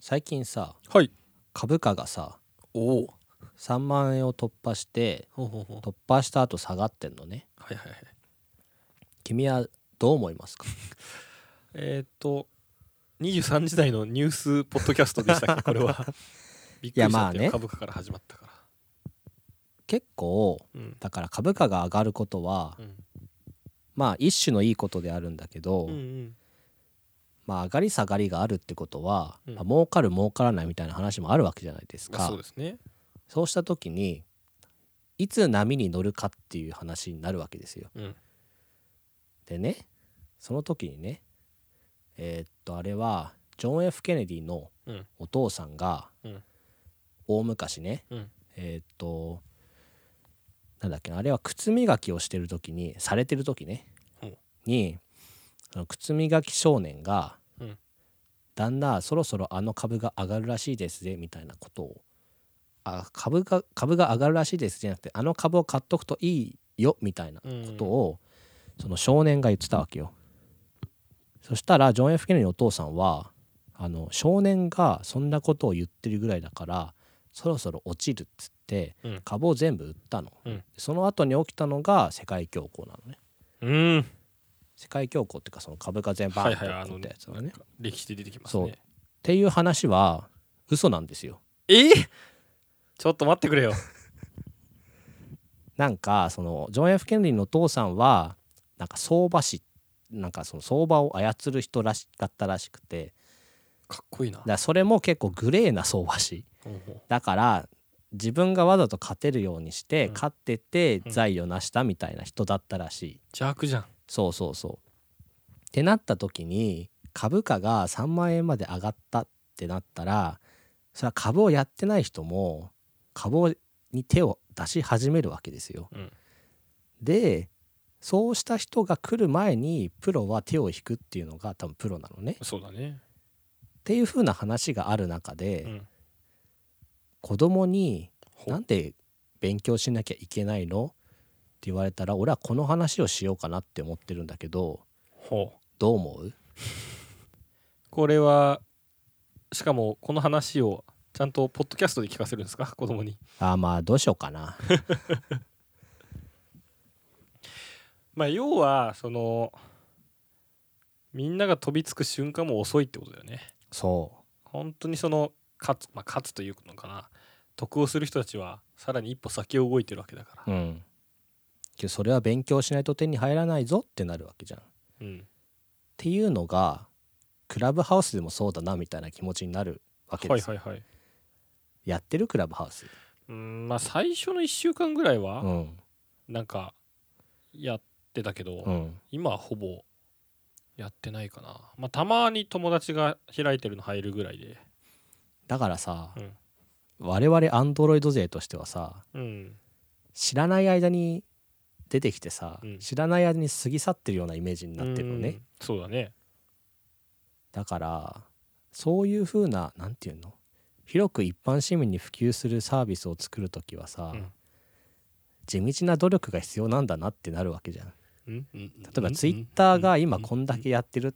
最近さはい株価がさおお3万円を突破してほうほうほう突破した後下がってんのねはいはいはい君はどう思いますかえー、っと23時台のニュースポッドキャスト でしたっけこれはびっくりしまたあっねて株価から始まったから、結構うんだから株価が上がることはうんまあ一種のいいことであるんだけど、うんうんまあ上がり下がりがあるってことは、うんまあ儲かる儲からないみたいな話もあるわけじゃないですまあかそうですねそうした時にいつ波に乗るかっていう話になるわけですよ。うんでねその時にねえーっとあれはジョン・ F ・ケネディのうんお父さんが、うん大昔ねうんえーっとなんだっけなあれは靴磨きをしてる時にされてる時ね、うんにあの靴磨き少年が、うん旦那そろそろあの株が上がるらしいですぜみたいなことをあ株が株が上がるらしいですじゃなくてあの株を買っとくといいよみたいなうんことをその少年が言ってたわけよそしたらジョン・ F ・ケネディのお父さんはあの少年がそんなことを言ってるぐらいだからそろそろ落ちるっつってうん株を全部売ったの、うんその後に起きたのが世界恐慌なのねうん世界恐慌っていうかその株価全部バはーいンとはいあ起このったやつはね、なんっか歴史で出てきますねていう話は嘘なんですよえーちょっと待ってくれよなんかそのジョン・ F ・ケネディのお父さんはなんか相場師なんかその相場を操る人らしだったらしくてかっこいいなだからそれも結構グレーな相場師ほうほだから自分がわざと勝てるようにして、うん勝っててうん財を成したみたいな人だったらしい、邪悪じゃんそうそうそうってなった時に株価が3万円まで上がったってなったらそれは株をやってない人も株に手を出し始めるわけですようんでそうした人が来る前にプロは手を引くっていうのが多分プロなのねっそうだねていう風な話がある中で、うん子供に「ほなんで勉強しなきゃいけないの?」って言われたら俺はこの話をしようかなって思ってるんだけどほうどう思うこれはしかもこの話をちゃんとポッドキャストで聞かせるんですか子供にあーまあどうしようかなまあ要はそのみんなが飛びつく瞬間も遅いってことだよねそ本当にその勝つ、まあ、勝つというのかな得をする人たちはさらに一歩先を動いてるわけだからううんけどそれは勉強しないと手に入らないぞってなるわけじゃんっうんていうのがクラブハウスでもそうだなみたいな気持ちになるわけはでいす、はいはいやってるクラブハウスうんまあ最初の1週間ぐらいうはんなんかやってたけど、うん今はほぼやってないかなまあたまに友達が開いてるの入るぐらいでだからさ、うん我々アンドロイド勢としてはさうん知らない間に出てきてさ、うん知らない間に過ぎ去ってるようなイメージになってるのね、うんそうだねだからそういう風ななんていうの広く一般市民に普及するサービスを作る時はさ、うん地道な努力が必要なんだなってなるわけじゃん例例えばツイッターが今こんだけやってるん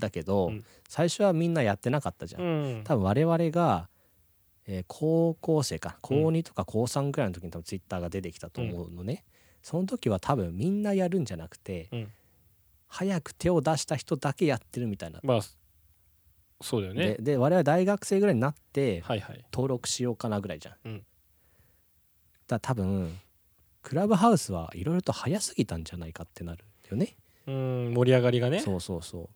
だけど、うん最初はみんなやってなかったじゃん、うん多分我々が、えー高校生か高2とか高3くらいの時に多分ツイッターが出てきたと思うのね、その時は多分みんなやるんじゃなくて、うん早く手を出した人だけやってるみたいな、まあそうだよでねで我々大学生ぐらいになってはいはい登録しようかなぐらいじゃん、うんだから多分クラブハウスはいろいろと早すぎたんじゃないかってなるよねうん盛り上がりがねそうそうそう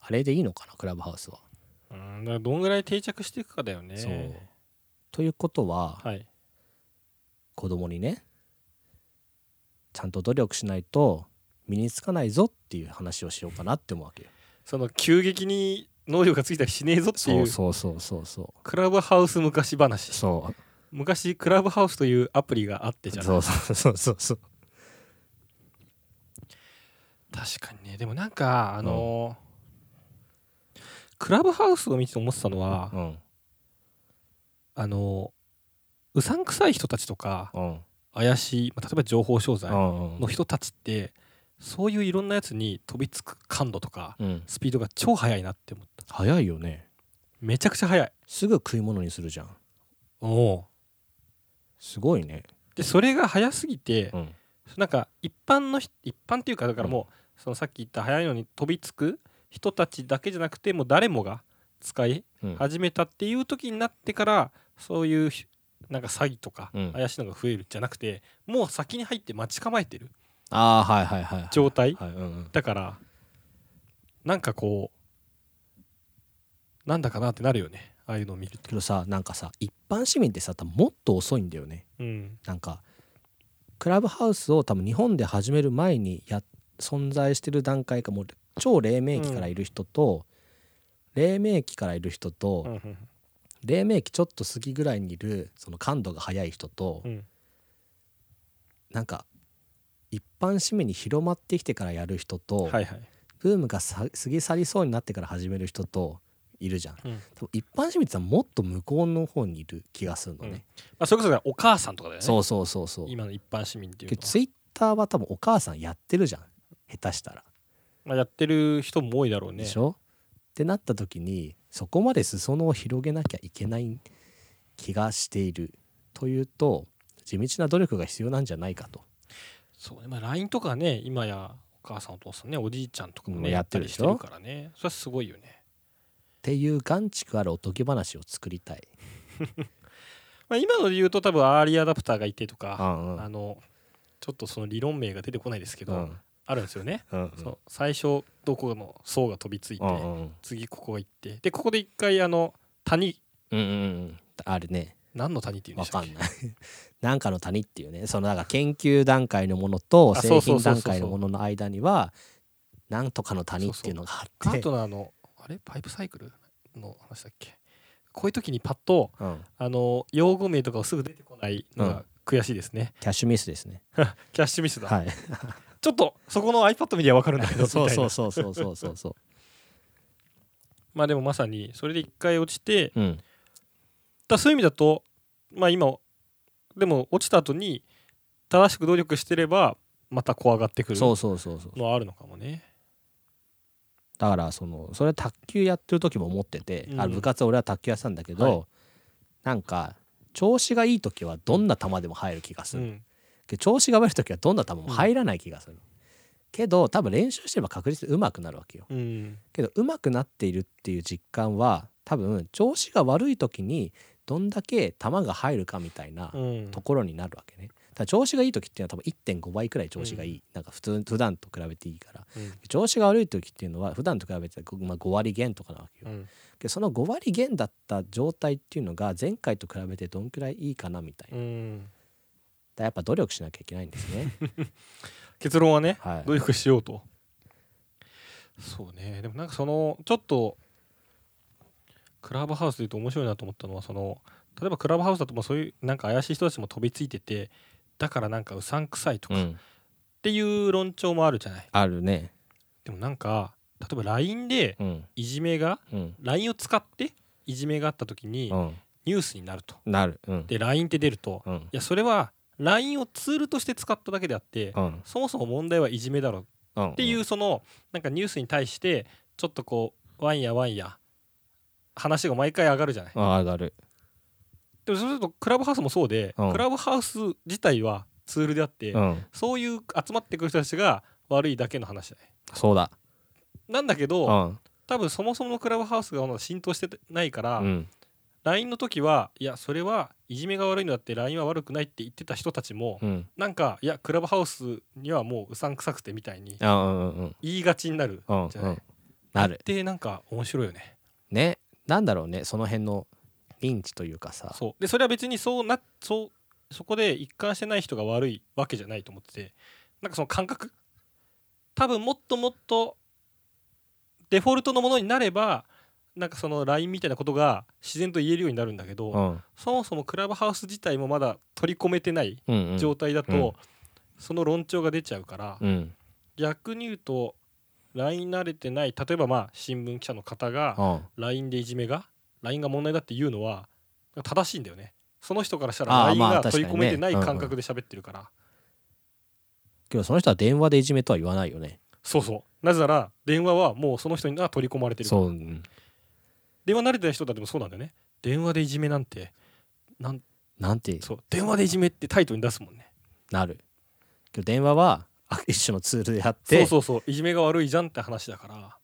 あれでいいのかなクラブハウスは、うんだからどんぐらい定着していくかだよねそうということは、はい子供にねちゃんと努力しないと身につかないぞっていう話をしようかなって思うわけよ。その急激に能力がついたりしねえぞっていうそうそうそうそクラブハウス昔う話そう昔クラブハウスというアプリがあってじゃんそ確うそうそうそうそうかにねでもなんかあのークラブハウスを見てて思ってたのはうんあのーうさんくさい人たちとかうん怪しいまあ例えば情報商材うんの人たちってそういういろんなやつに飛びつく感度とかうんスピードが超速いなって思った早いよねめちゃくちゃ早いすぐ食い物にするじゃんおおすごいねでそれが早すぎて、うんなんか一般の人一般っていうかだからもう、そのさっき言った早いのに飛びつく人たちだけじゃなくてもう誰もが使いうん始めたっていう時になってからそういうひなんか詐欺とかうん怪しいのが増えるじゃなくて、もう先に入って待ち構えてるああはいはいはい状態はいうんうんだからなんかこうなんだかなってなるよねああいうのを見るとけどさなんかさ一般市民ってさ多分もっと遅いんだよねうんなんかクラブハウスを多分日本で始める前にや存在してる段階かもう超黎明期からいる人と、黎明期からいる人と、うんうん黎明期ちょっと過ぎぐらいにいるその感度が早い人と、うんなんか一般市民に広まってきてからやる人と、はいはいブームがさ過ぎ去りそうになってから始める人といるじゃん、うん多分一般市民ってさもっと向こうの方にいる気がするのね、まあ、それこそだからお母さんとかだよねそうそうそうそう今の一般市民っていうけのどはツイッターは多分お母さんやってるじゃん下手したら、まあ、やってる人も多いだろうねでしょってなった時にそこまで裾野を広げなきゃいけない気がしているというと地道な努力が必要なんじゃないかとそうね、まあ、LINE とかね今やお母さんお父さんねおじいちゃんとかももねうややっったてりるしでてしょるからねそれはすごいよね、っていう眼畜あるおとぎ話を作りたい。まあ、今ので言うと多分アーリーアダプターがいてとかんあのちょっとその理論名が出てこないですけど、うんあるんですよね、うんそう最初どこの層が飛びついて、うんうん次ここが行ってでここで一回あの谷うんうんあるね何の谷っていうんでわしたかっけんない なんかの谷っていうねそのだから研究段階のものとあ製そうそう品そ段うそう階のものの間にはなんとかの谷っていうのがあっガーてトナーのあれパイプサイクルの話だっけこういう時にパッとうんあの用語名とかをすぐ出てこないのが悔しいですね、キャッシュミスですねキャッシュミスだ、はいちょっとそこの iPad 見りゃ分かるんだけどそうそうみたいなそうそうそうそうそまあでもまさにそれで一回落ちてだかううんらそういう意味だとまあ今でも落ちた後に正しく努力してればまた怖がってくるそのうそうそうそうはあるのかもねだからそのそれは卓球やってる時も思ってて、うんあ部活は俺は卓球やってたんだけど、はいなんか調子がいい時はどんな球でも入る気がすうる、んけど調子が悪い時はどんな球も入らない気がする、けど多分練習してれば確実に上手くなるわけようんけど上手くなっているっていう実感は多分調子が悪い時にどんだけ球が入るかみたいなうんところになるわけねだから調子がいい時っていうのは多分1.5倍くらい調子がいい、なんか普通普段と比べていいからうん調子が悪い時っていうのは普段と比べて、まあ、5割減とかなわけうよ、んけどその5割減だった状態っていうのが前回と比べてどんくらいいいかなみたいな、だうかんらやっぱ努力しなきゃいけないんですね結論はね はい努力しようとそうねでもなんかそのちょっとクラブハウスで言うと面白いなと思ったのはその例えばクラブハウスだともうそういうなんか怪しい人たちも飛びついててだからなんかうさんくさいとうかっんていう論調もあるじゃない、あるねでもなんか例えば LINE でうんいじめがうん、 LINE を使っていじめがあった時にうん、ニュースになるとなるうんで LINE って出るとうんいやそれは LINE をツールとして使っただけであってうんそもそも問題はいじめだろうんっていうそのなんかニュースに対してちょっとこうワンやワンや話が毎回上がるじゃないあ上がるでもそうするとクラブハウスもそうでうんクラブハウス自体はツールであってうんそういう集まってくる人たちが悪いだけの話だねそうだなんだけうどん多分そもそものクラブハウスがまだ浸透してないかうらん LINE の時はいやそれはいじめが悪いのだって LINE は悪くないって言ってた人たちもうんなんかいやクラブハウスにはもううさんくさくてみたいにあうんうん言いがちになるうんじうゃないんなるでなんか面白いよねねなんだろうねその辺のリンチというかさそうでそれは別にそうなそうそこで一貫してない人が悪いわけじゃないと思っててなんかその感覚多分もっともっとデフォルトのものになればなんかその LINE みたいなことが自然と言えるようになるんだけど、うんそもそもクラブハウス自体もまだ取り込めてないうんうん状態だと、うんその論調が出ちゃうから、うん逆に言うと LINE 慣れてない例えばまあ新聞記者の方がうん LINE でいじめが LINE が問題だっていうのは正しいんだよねその人からしたらああ LINE まあが取り込めてない確かに感ね覚で喋ってるから、けどその人は電話でいじめとは言わないよねそうそうなぜなら電話はもうその人が取り込まれてるからそううん電話慣れてない人だってもそうなんだよね電話でいじめなんてなんなんてそう電話でいじめってタイトルに出すもんねなるけど電話はあ一種のツールであってそうそうそういじめが悪いじゃんって話だから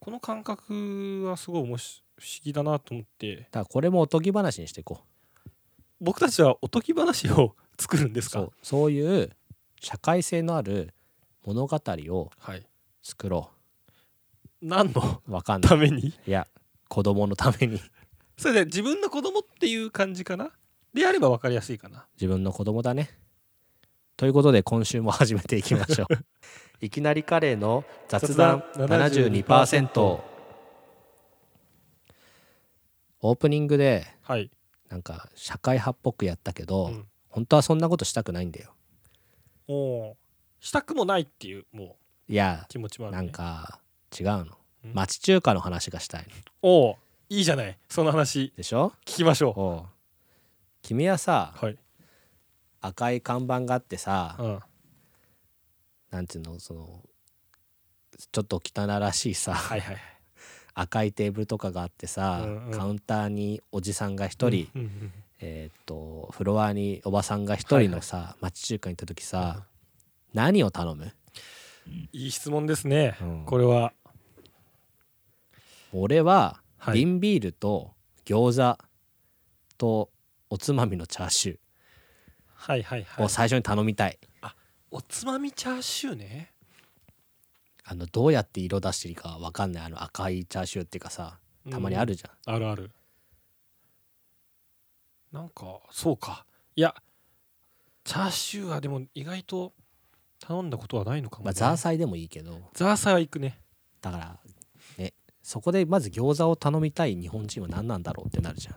この感覚はすごい面白い不思議だなと思ってだからこれもおとぎ話にしていこう僕たちはおとぎ話を作るんですそかうそういう社会性のある物語をはい作ろ何のうわかんないためにいや子供のためにそれで自分の子供っていう感じかなであれば分かりやすいかな自分の子供だねということで今週も始めていきましょう いきなりカレーの雑談雑談72% 72%オープニングではいなんか社会派っぽくやったけど、うん本当はそんなことしたくないんだよおおーしたくもないっていうもいやう気持ちもある、なね、んか違うのうん町中華の話がしたいのおおいいじゃないその話でしょ聞きましょおう君はさうはい、赤い看板があってさうん、なんていうのそのちょっと汚らしいさ、はいはい赤いテーブルとかがあってさ、うんうんカウンターにおじさんが1人、うんうんえーっとフロアにおばさんが1人のさ、町中華に行った時さ、何を頼むうんいい質問ですね、うんこれは俺ははい瓶、ビールと餃子とおつまみのチャーシュはいはいはーいを最初に頼みたい、おつまみチャーシューねあのどうやって色出していいかわかんないあの赤いチャーシューっていうかさたまにあるじゃん、あるあるなんかそうかいやチャーシューはでも意外と頼んだことはないのかも、ねまあ、ザーサイでもいいけどザーサイは行くねだからねそこでまず餃子を頼みたい日本人は何なんだろうってなるじゃん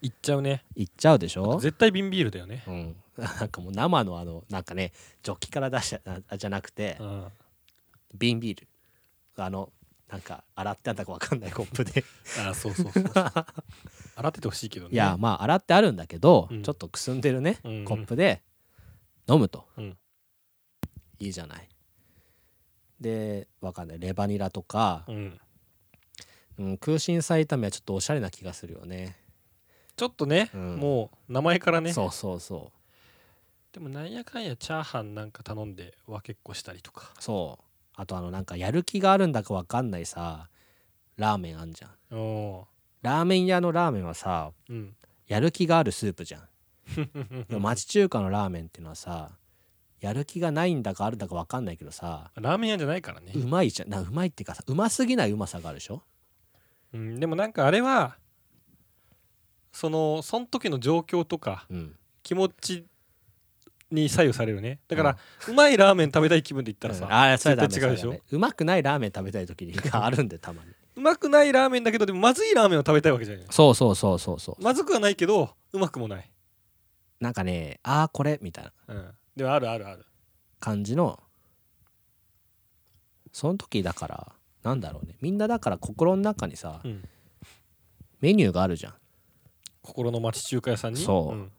行っちゃうね行っちゃうでしょ絶対瓶ビールだよね、うん、なんかもう生のあのなんかねジョッキから出したあじゃなくてうん、瓶ビールあのなんか洗ってあったかわかんないコップであそうそうそ うそう洗っててほしいけどねいやまあ洗ってあるんだけど、うんちょっとくすんでるね、うんうんコップで飲むと、うんいいじゃないでわかんないレバニラとかう、んうん、空心菜炒めはちょっとおしゃれな気がするよねちょっとね、うんもう名前からねそうそうそうでもなんやかんやチャーハンなんか頼んで分けっこしたりとかそうあとあのなんかやる気があるんだかわかんないさラーメンあんじゃんおラーメン屋のラーメンはさーうんやる気があるスープじゃんでも町中華のラーメンっていうのはさやる気がないんだかあるんだかわかんないけどさ ラーメン屋じゃないからね、うまいじゃんなうまいっていうかさうますぎないうまさがあるでしょうん、でもなんかあれはそのその時の状況とかうん気持ちに左右されるねだかうんら、うまいラーメン食べたい気分で言ったらさ、うんあれそれダメ絶対違うでしそょれダメうまくないラーメン食べたい時があるんでたまにうまくないラーメンだけどでもまずいラーメンを食べたいわけじゃない そうそうそうそうそうまずくはないけどうまくもない、なんかねああこれみたいなうん、でもあるあるある感じのその時だからなんだろうねみんなだから心の中にさ、うんメニューがあるじゃん心の町中華屋さんにそうん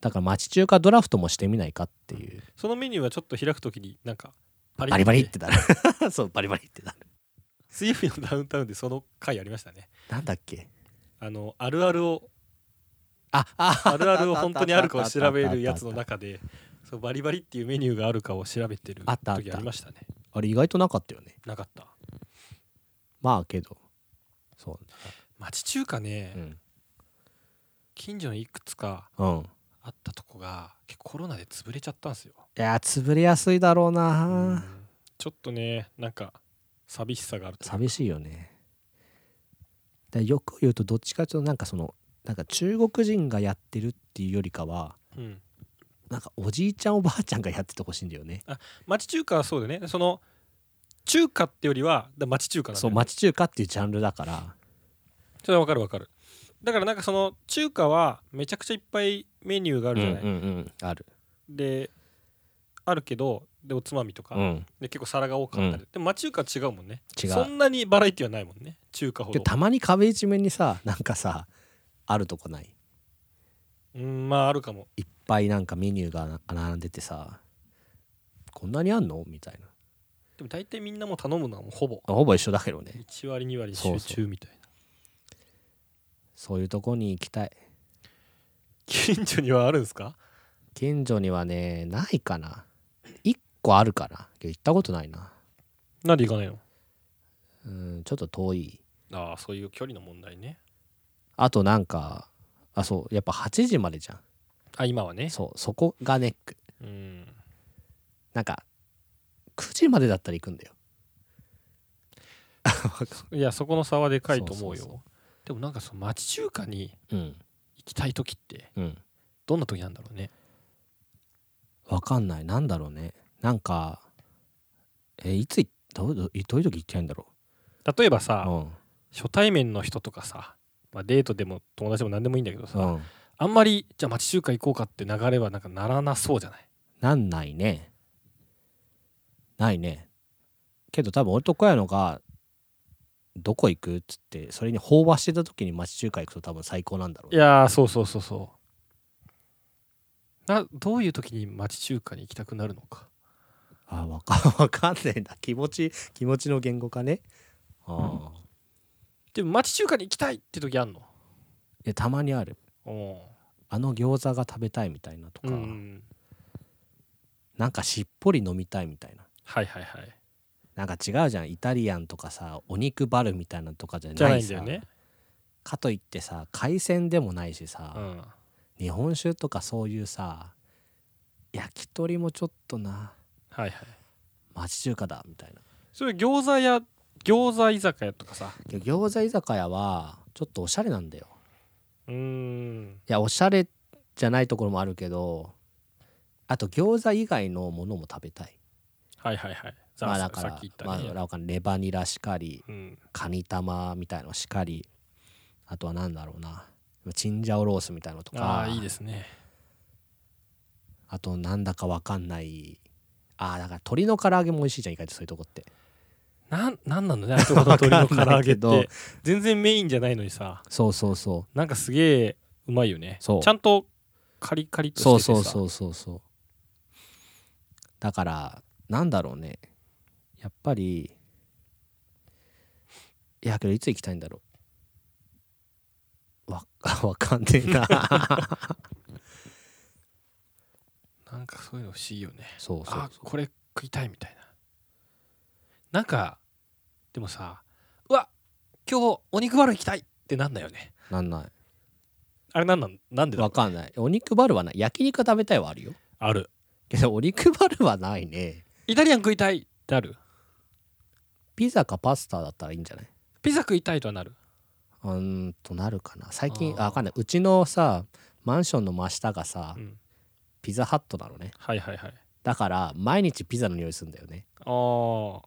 だから町中華ドラフトもしてみないかっていうそのメニューはちょっと開く時になんかパバリバリってなる そうバリバリってなる水曜日のダウンタウンでその回ありましたねなんだっけあのあるあるをあああるあるを本当にあるかを調べるやつの中でそうバリバリっていうメニューがあるかを調べてるあったあった時ありましたね あれ意外となかったよねなかったまあけどそ町中華ね、ううん、近所にいくつかうん、いあったとこが結構コロナで潰れちゃったんですよ、やー潰れやすいだろうな、うんちょっとねなんか寂しさがあるというか寂しいよねでよく言うとどっちかというとなんかそのなんか中国人がやってるっていうよりかはうんなんかおじいちゃんおばあちゃんがやっててほしいんだよね町中華はそうだよねその中華ってよりはだ町中華なんだそようね町中華っていうジャンルだからそれはわかるわかるだからなんかその中華はめちゃくちゃいっぱいメニューがああるじゃない、うんうんうん、あるであるけどでおつまみとか、うんで結構皿が多かったり、うでも町中華は違うもんね違うそんなにバラエティはないもんね中華ほけどどたまに壁一面にさなんかさあるとこないうんまああるかもいっぱいなんかメニューが並んでてさこんなにあんのみたいなでも大体みんなもう頼むのはもうほぼあほぼ一緒だけどね1割2割そうそ集う中みたいなそういうとこに行きたい近所にはあるんですか近所にはねないかな1個あるかなけど行ったことないななんで行かないのうんちょっと遠いああそういう距離の問題ねあとなんかあそうやっぱ8時までじゃんあ今はねそうそこがネックうんなんか9時までだったら行くんだよいやそこの差はでかいと思うよそうそうでもなんかその町中華にうん行きたい時ってうんどんな時なんだろうねわかんないなんだろうねなんかえいついどうどうどういう時行っちゃうんだろ例えばうさ、初対面の人とかさ、まあ、デートでも友達でも何でもいいんだけどさ、うん、うん、あんまりじゃあ町中華行こうかって流れはなんかならなそうじゃないなんないねないねけど多分男やのがどこ行くっつってそれに飽和してた時に町中華行くと多分最高なんだろういやーそうそうそうそうなどういう時に町中華に行きたくなるのかあわか わかんねえな気持ち気持ちの言語化ねああでも町中華に行きたいって時あんのえたまにあるおあの餃子が食べたいみたいなとうか、んなんかしっぽり飲みたいみたいなはいはいはいなんか違うじゃんイタリアンとかさお肉バルみたいなのとかじゃじゃなないいさんだよねかといってさ海鮮でもないしうさ、ん日本酒とかそういうさ焼き鳥もちょっとなはいはい町中華だみたいなそれ餃子屋餃子居酒屋とかさけど餃子居酒屋はちょっとおしゃれなんだようーんいやおしゃれじゃないところもあるけどあと餃子以外のものも食べたいはいはいはいさまあさだからさっき言まったあね、なんかレバニラしかりうんカニ玉みたいのしかりあとは何だろうなチンジャオロースみたいのとかああーいいですねあとなんだかわかんないあーだから鶏の唐揚げも美味しいじゃん意外とそういうとこってなんなん なんだねあそこの鶏の唐揚げわっかんないけて全然メインじゃないのにさそうそうそなんかすげえうまいよねそうちゃんとカリカリうとしてそうてさそうそうそうそうだからなんだろうねやっぱりいやけどいつ行きたいんだろうわ わかんねえななんか そういうの不思議よねそうそうあこれ食いたいみたいななんかでもさうわ今日お肉バル行きたいってなんだよねなんなあれなんなんなんでいだろわうかんないお肉バルはない焼肉は食べたいはあるよあるけどお肉バルはないねイタリアン食いたいってあるピザかパスタだったらいいんじゃないうピザ食いたいとはなるうーんとなるかな最近あーあわかんないうちのさマンションの真下がさ、うんピザハットなのねはいはいはいだから毎日ピザの匂いするんだよねあー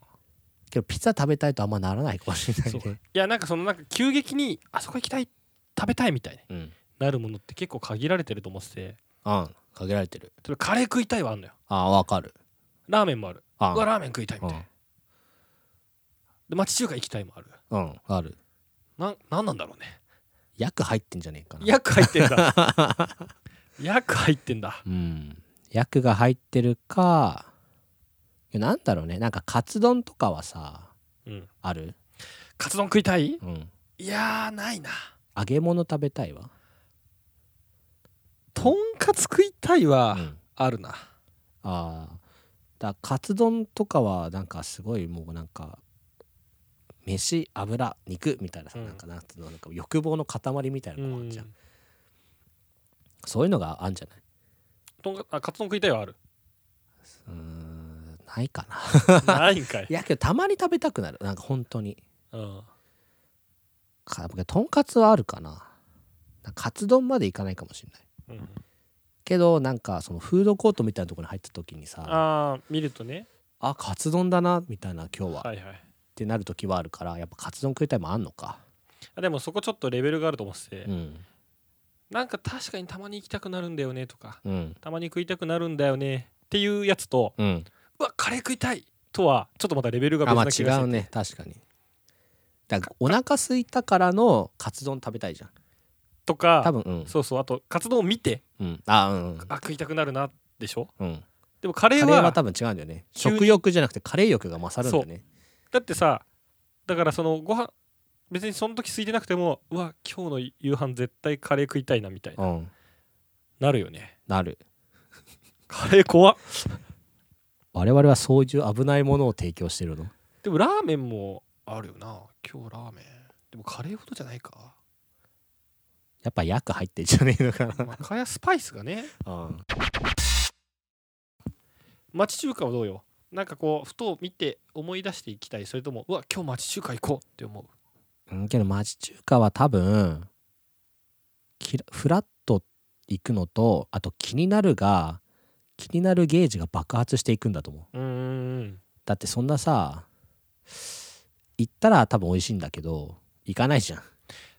けどピザ食べたいとあんまならないかもしれないそうねいやなんかそのなんか急激にあそこ行きたい食べたいみたいにうん、なるものって結構限られてると思っててうん、限られてるそれカレー食いたいはあんのよあーわかるラーメンもあるあうわラーメン食いたいみうたいな、で町中華行きたいもあるん、うん、あるなんなんなんだろうね薬入ってんじゃねえかな 薬入ってんだ 薬入ってんだうん薬が入ってるかいやなんだろうねなんかカツ丼とかはさうんあるカツ丼食いたいうんいやーないな揚げ物食べたいわ、とんかつ食いたいはうん、あるな、ああだからカツ丼とかはなんかすごいもうなんか飯油肉みたいなさ、うんなんかなんつうのなんか欲望の塊みたいなのがあるじゃん、そういうのがあるんじゃないとんかあカツ丼食いたいはあ るうーんないかなないんか いい、やけどたまに食べたくなるなんか本当にうん、かとんかつはあるかななんかカツ丼までいかないかもしれないけどなんかそのフードコートみたいなところに入った時にさああ見るとねあカツ丼だなみたいな今日は、っはいはいてなる時はあるからやっぱカツ丼食いたいもあんのかあでもそこちょっとレベルがあると思ってて、うんなんか確かにたまに行きたくなるんだよねとかうんたまに食いたくなるんだよねっていうやつとうんうわカレー食いたいとはちょっとまたレベルがあ別まな気がしてあ違うね確かにだからお腹空いたからのカツ丼食べたいじゃんとか多分うんそうそうあとカツ丼を見てうんあうんあ食いたくなるなでしょうんうんでもカレーカはレーは多分違うんだよね急に食欲じゃなくてカレー欲が勝るんだよねだってさだからそのご飯別にその時空いてなくてもうわ今日の夕飯絶対カレー食いたいなみたいな、うんなるよねなるカレー怖っ我々はそういう危ないものを提供してるのでもラーメンもあるよな今日ラーメンでもカレーほどじゃないかやっぱ薬入ってんじゃねえのか まあカヤスパイスがねな、うん、町中華はどうよなんかこうふと見て思い出していきたいそれともうわ今日町中華行こうって思ううんけど町中華は多分きらフラッと行くのとあと気になるが気になるゲージが爆発していくんだと思ううーんだってそんなさ行ったら多分美味しいんだけど行かないじゃん、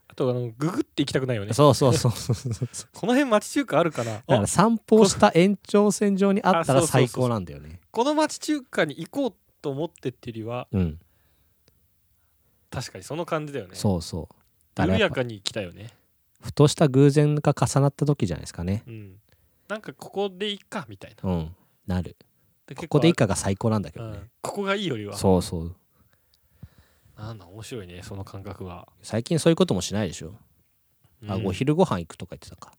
あとあのググって行きたくないよねそうそうそうそうそう そうだこの辺町中華あるかなから散歩をした延長線上にあったあらそうそうそう最そう高なんだよねこの町中華に行こうと思ってっていうよりはうん確かにその感じだよねそうそうだから緩ややっぱかに行きたいよねふとした偶然が重なった時じゃないですかねうんなんかここでいいかみたいなうんなるでこ結構こで以下が最高なんだけどうねん、ここがいいよりはそうそうなんだ面白いねその感覚は、最近そういうこともしないでしょ、あうんお昼ご飯行くとか言ってたか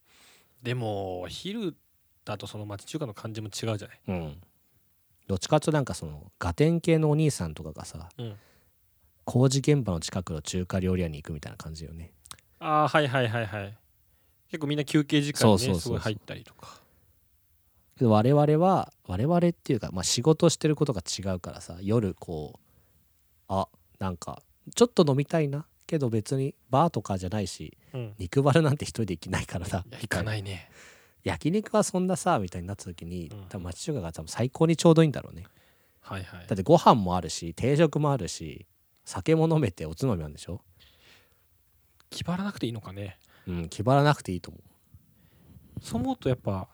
でも昼だとその町中華の感じも違うじゃないうんどっちかっていうとなんかそのガテン系のお兄さんとかがさ、うん工事現場の近くの中華料理屋に行くみたいな感じよねああはいはいはいはい結構みんな休憩時間そうにそうそねうそうすごい入ったりとかけど我々は我々っていうか、まあ、仕事してることが違うからさ夜こうあなんかちょっと飲みたいなけど別にバーとかじゃないしうん肉バルなんて一人で行けないからさいや行みたかいなないね焼肉はそんなさみたいになった時に、うん多分町中華が多分最高にちょうどいいんだろうねはいはいだってご飯もあるし定食もあるし酒も飲めておつまみなんでしょ気張らなくていいのかねうん気張らなくていいと思うそう思うとやっぱ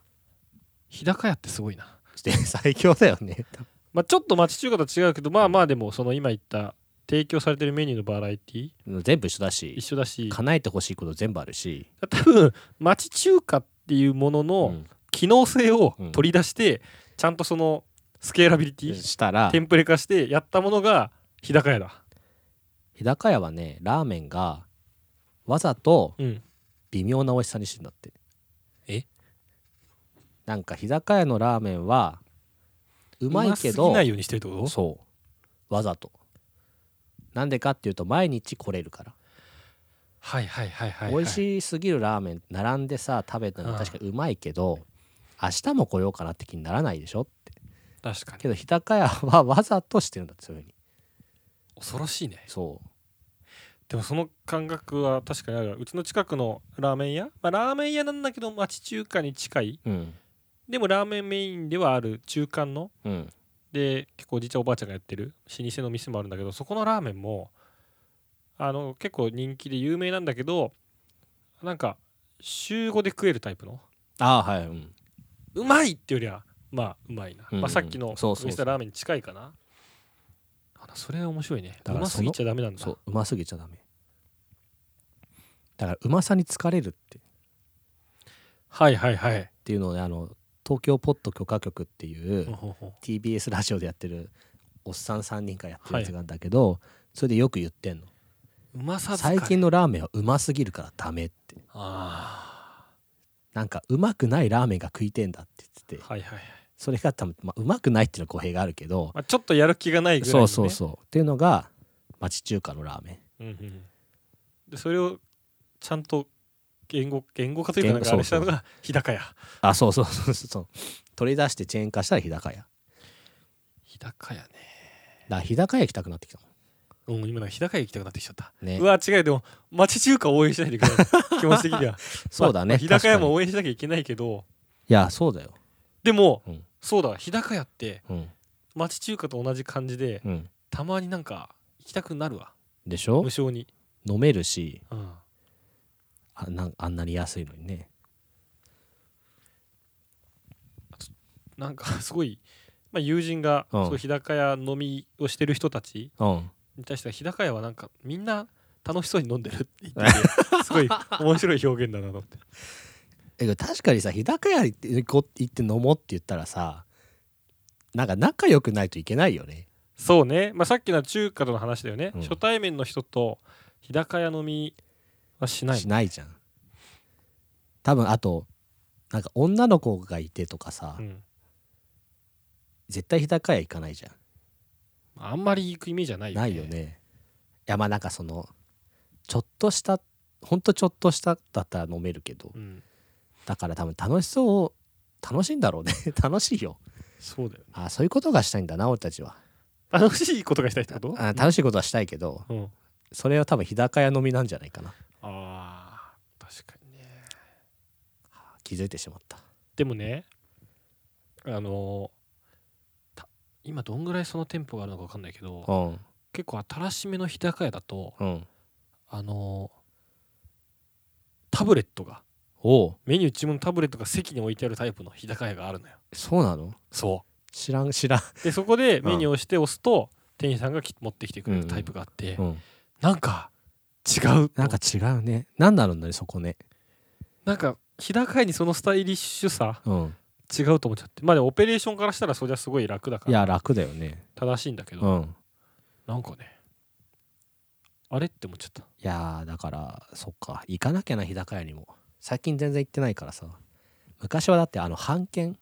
日高屋ってすごいなして 最強だよねまあちょっと町中華と違うけどまあまあでもその今言った提供されてるメニューのバラエティ全部一緒だ一し緒だし叶えてほしいこと全部あるし、多分町中華っていうものうのん機能性をうん取り出して、ちゃんとそのスケーラビリティ、したらテンプレ化してやったものが日高屋だ日高屋はねラーメンがわざとうん微妙な美味しさにしてんだってえなんか日高屋のラーメンはうまいけどうますぎないようにしてるってことそうわざとなんでかっていうと毎日来れるから、はいはいはいはい、はい、美味しすぎるラーメン並んでさ食べたのうん確かにうまいけど、明日も来ようかなって気にならないでしょって確かにけど日高屋はわざとしてるんだってそういうふうに恐ろしいねそでもその感覚は確かにあるわうちの近くのラーメン屋、まあ、ラーメン屋なんだけど町中華に近いううんでもラーメンメインではある中間のうんで結構おじいちゃんおばあちゃんがやってる老舗の店もあるんだけどそこのラーメンもあの結構人気で有名なんだけどなんか週5で食えるタイプのああはいうんうまいっていうよりはまあうまいな、うんうんまあ、さっきのそうそうそうお店のラーメンに近いかなあそれは面白いねうだからまそすのぎちゃダメなんだそううますぎちゃダメだからうまさに疲れるってっはいはいはい、ていうのをねあの東京ポッド許可局っていう、ほうほうほう TBS ラジオでやってるおっさん3人がやってるやつがあるんだけど、それでよく言ってんのうまさ疲れ最近のラーメンはうますぎるからダメってあなんかうまくないラーメンが食いてんだって言ってーてはいはいはい、それが多分、まあ、うまくないっていうのは語弊があるけど、まあ、ちょっとやる気がないぐらいの、そね、うそうそうっていうのが町中華のラーメンうんうん、でそれをちゃんと言語言語化というか言な語んかあれしそたうそのうが日高屋あそうそうそうそう取り出してチェーン化したら日高屋だか日高屋ねら日高屋行きたくなってきたもうん今なんか日高屋行きたくなってきちゃった、んねうわ違うでも町中華を応援しないでくださ い気持ち的にはそうだまねあ日高屋も確かに応援しなきゃいけないけどいやそうだよでも、うんそうだ日高屋ってうん町中華と同じ感じでうんたまになんか行きたくなるわでしょ無性に、飲めるしうん、あなんあんなに安いのにねなんか すごい、まあ、友人が、うんそう日高屋飲みをしてる人たちうんに対しては日高屋はなんかみんな楽しそうに飲んでるって言って てすごい面白い表現だなと思ってえけど確かにさ日高屋行って行こう行って飲もうって言ったらさなんか仲良くないといけないよねそうね、まあ、さっきの中華との話だよね、うん初対面の人と日高屋飲みはしないしないじゃん多分あとなんか女の子がいてとかさ、うん、絶対日高屋行かないじゃんあんまり行くイメージはないよねないよねいやまあなんかそのちょっとしたほんとちょっとしただったら飲めるけどうん、だから多分楽しそう楽しいんだろうね 楽しいよそうだよねあそういうことがしたいんだな俺たちは楽しいことがしたいってことあ楽しいことはしたいけどうん、それは多分日高屋飲みなんじゃないかなあー確かにね気づいてしまったでもねあのた今どんぐらいその店舗があるのか分かんないけどうん結構新しめの日高屋だとうんあのタブレットがおうメニュー注文のタブレットが席に置いてあるタイプの日高屋があるのよそうなのそ知らん知らん、うでそこでメニューを押して押すと、店員さんがき持ってきてくれるタイプがあって、うん、なんか違うなんか違うね何なんだろうねそこねなんか日高屋にそのスタイリッシュさうん違うと思っちゃってまあでもオペレーションからしたらそりゃすごい楽だかいらや楽だよね正しいんだけど、うんなんかねあれって思っちゃったいやーだからそっか行かなきゃな日高屋にも最近全然行ってないからさ昔はだってあの半券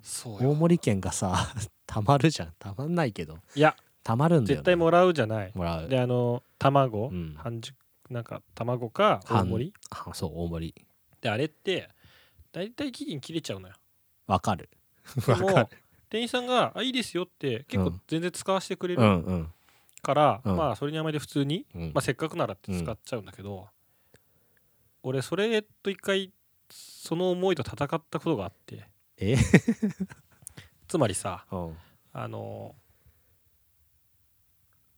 そ大森券がさ たまるじゃんたまんないけどいやたまるんだよ、ね、絶対もらうじゃないもらうであの卵、うん半熟なんか卵か大半盛りあそう大盛りであれって大体期限切れちゃうのよ わかるでも店員さんが「あいいですよ」って結う構ん全然使わせてくれうるんうんから、うんまあそれに甘えて普通に、うんまあ、せっかくならって使っちゃうんだけど、俺それと一回その思いと戦ったことがあってえ つまりさうんあの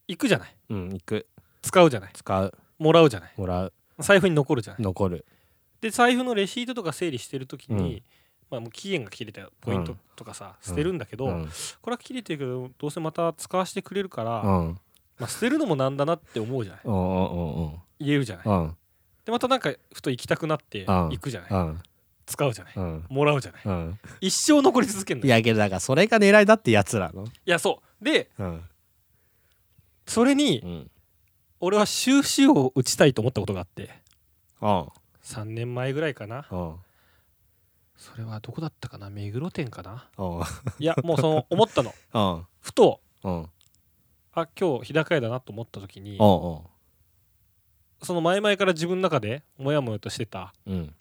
行くじゃないうん行く使うじゃない使うもらうじゃないもらう財布に残るじゃない残るで財布のレシートとか整理してる時に、うんまあ、もう期限が切れたポイントとかさ、うん捨てるんだけど、うんこれは切れてるけどどうせまた使わせてくれるから、うまんあ、捨てるのもなんだなって思うじゃないうんうんうん言えるじゃないうんでまたなんかふと行きたくなって行くじゃないうん使うじゃないうんもらうじゃないうん一生残り続けるのいよやけどだからそれが狙いだってやつらのいやそうでうんそれにうん俺は収集を打ちたいと思ったことがあってうん3年前ぐらいかなうんそれはどこだったかな目黒店かなうん いやもうその思ったのうんふとうんあ今日日高屋だなと思った時うにんその前々から自分の中でモヤモヤとしてたうん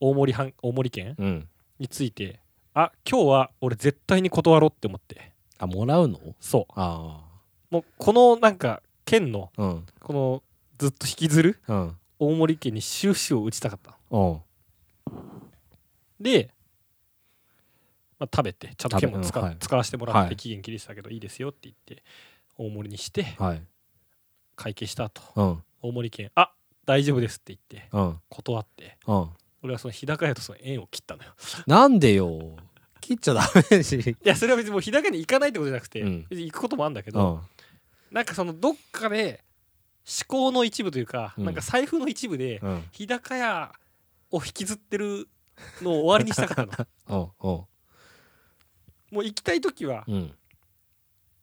大森はん大森県うんについてあ今日は俺絶対に断ろうって思ってあもらうのそあうもうこのなんか県のあうんこのずっと引きずるうん大森県に終止を打ちたかったうんで、まあ、食べてちゃんと県も食べ使,、うんはい使わせてもらっはてい期限切れてたけどいいですよって言って大盛りにしてはい会計した後うん大盛県あ大丈夫ですって言ってうん断ってうん俺はその日高屋とその縁を切ったのよ なんでよ切っちゃダメだしいやそれは別にもう日高屋に行かないってことじゃなくて、うん別に行くこともあるんだけうど、んなんかそのどっかで思考の一部というか、うんなんか財布の一部でうん日高屋を引きずってるのを終わりにしたか ったのうんうんもう行きたい時はうん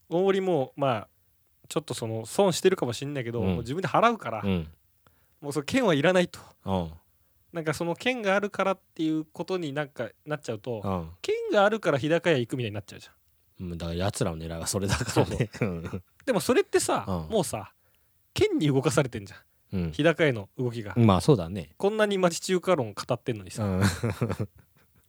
大盛りもまあちょっとその損してるかもしんないけど、うんもう自分で払うから、うんもうその券はいらないとうんなんかその券があるからっていうことになんかなっちゃうと、うん券があるから日高屋行くみたいになっちゃうじゃんうんだからやつらの狙いはそれだからねうんでもそれってさ、うんもうさ券に動かされてんじゃんうん日高屋の動きが、まあそうだねこんなに町中華論語ってんのにさ、うん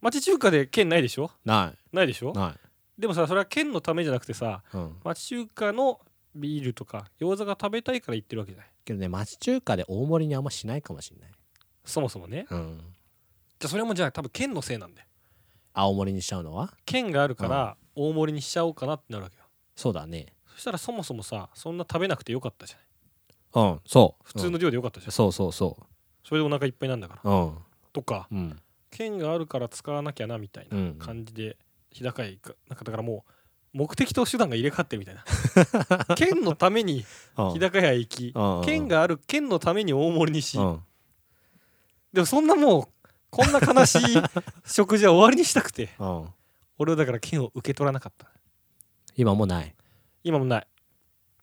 町中華で券ないでしょなないでしょいないでもさそれは県のためじゃなくてさうん町中華のビールとか餃子が食べたいから行ってるわけじゃないけどね町中華で大盛りにあんましないかもしれないそもそもねうんじゃあそれもじゃあ多分県のせいなんだよ青盛りにしちゃうのは県があるから大盛りにしちゃおうかなってなるわけよそうだねそしたらそもそもさそんな食べなくてよかったじゃないうんそう普通の量でよかったじゃん、そうそうそそれでお腹いっぱいなんだからううんとかうん県があるから使わなきゃなみたいうんな感じで日高屋行くなんかだからもう目的と手段が入れ替わってるみたい な県のためにうん日高屋行きうんうん県がある県のために大盛りにしうんでもそんなもうこんな悲しい 食事は終わりにしたくてうん俺はだから剣を受け取らなかった今もうない今もない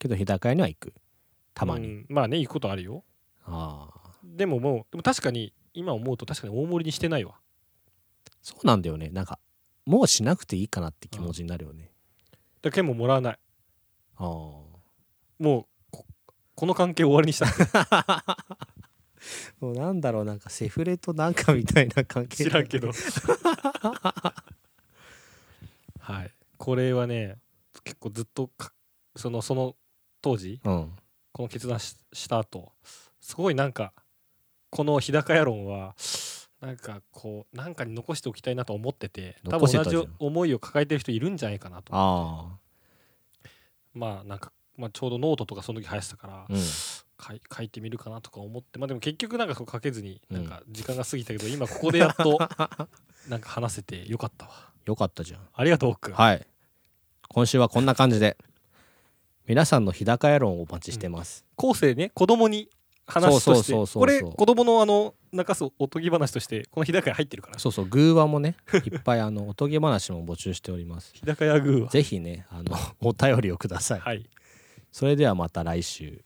けど日高屋には行くたまに、うんまあね行くことあるよああでももうでも確かに今思うと確かに大盛りにしてないわそうなんだよねなんかもうしなくていいかなって気持ちになるよね、だけももらわないああもうここの関係終わりにしたもうなんだろうなんかセフレとなんかみたいな関係知らんけど はいこれはね結構ずっとかそのその当時うんこの決断しした後すごいなんかこの日高屋論はなんかこうなんかに残しておきたいなと思ってて多残分してた同じゃんじ思いを抱えてる人いるんじゃないかなとあまあなんか、まあ、ちょうどノートとかその時流行ってたからあ、うん書い書いてみるかなとか思ってまあでも結局なんかそう書けずにうんなんか時間が過ぎたけど、今ここでやっと なんか話せてよかったわよかったじゃんありがとう奥君はい今週はこんな感じで皆さんの日高野論をお待ちしてます、後世ね子供に話としてそうそうそうそうこれ子供のあの泣かすおとぎ話としてこの日高屋入ってるからそうそう偶話もねいっぱいあのおとぎ話も募集しております日高屋グーはぜひねあのお便りをください、はいそれではまた来週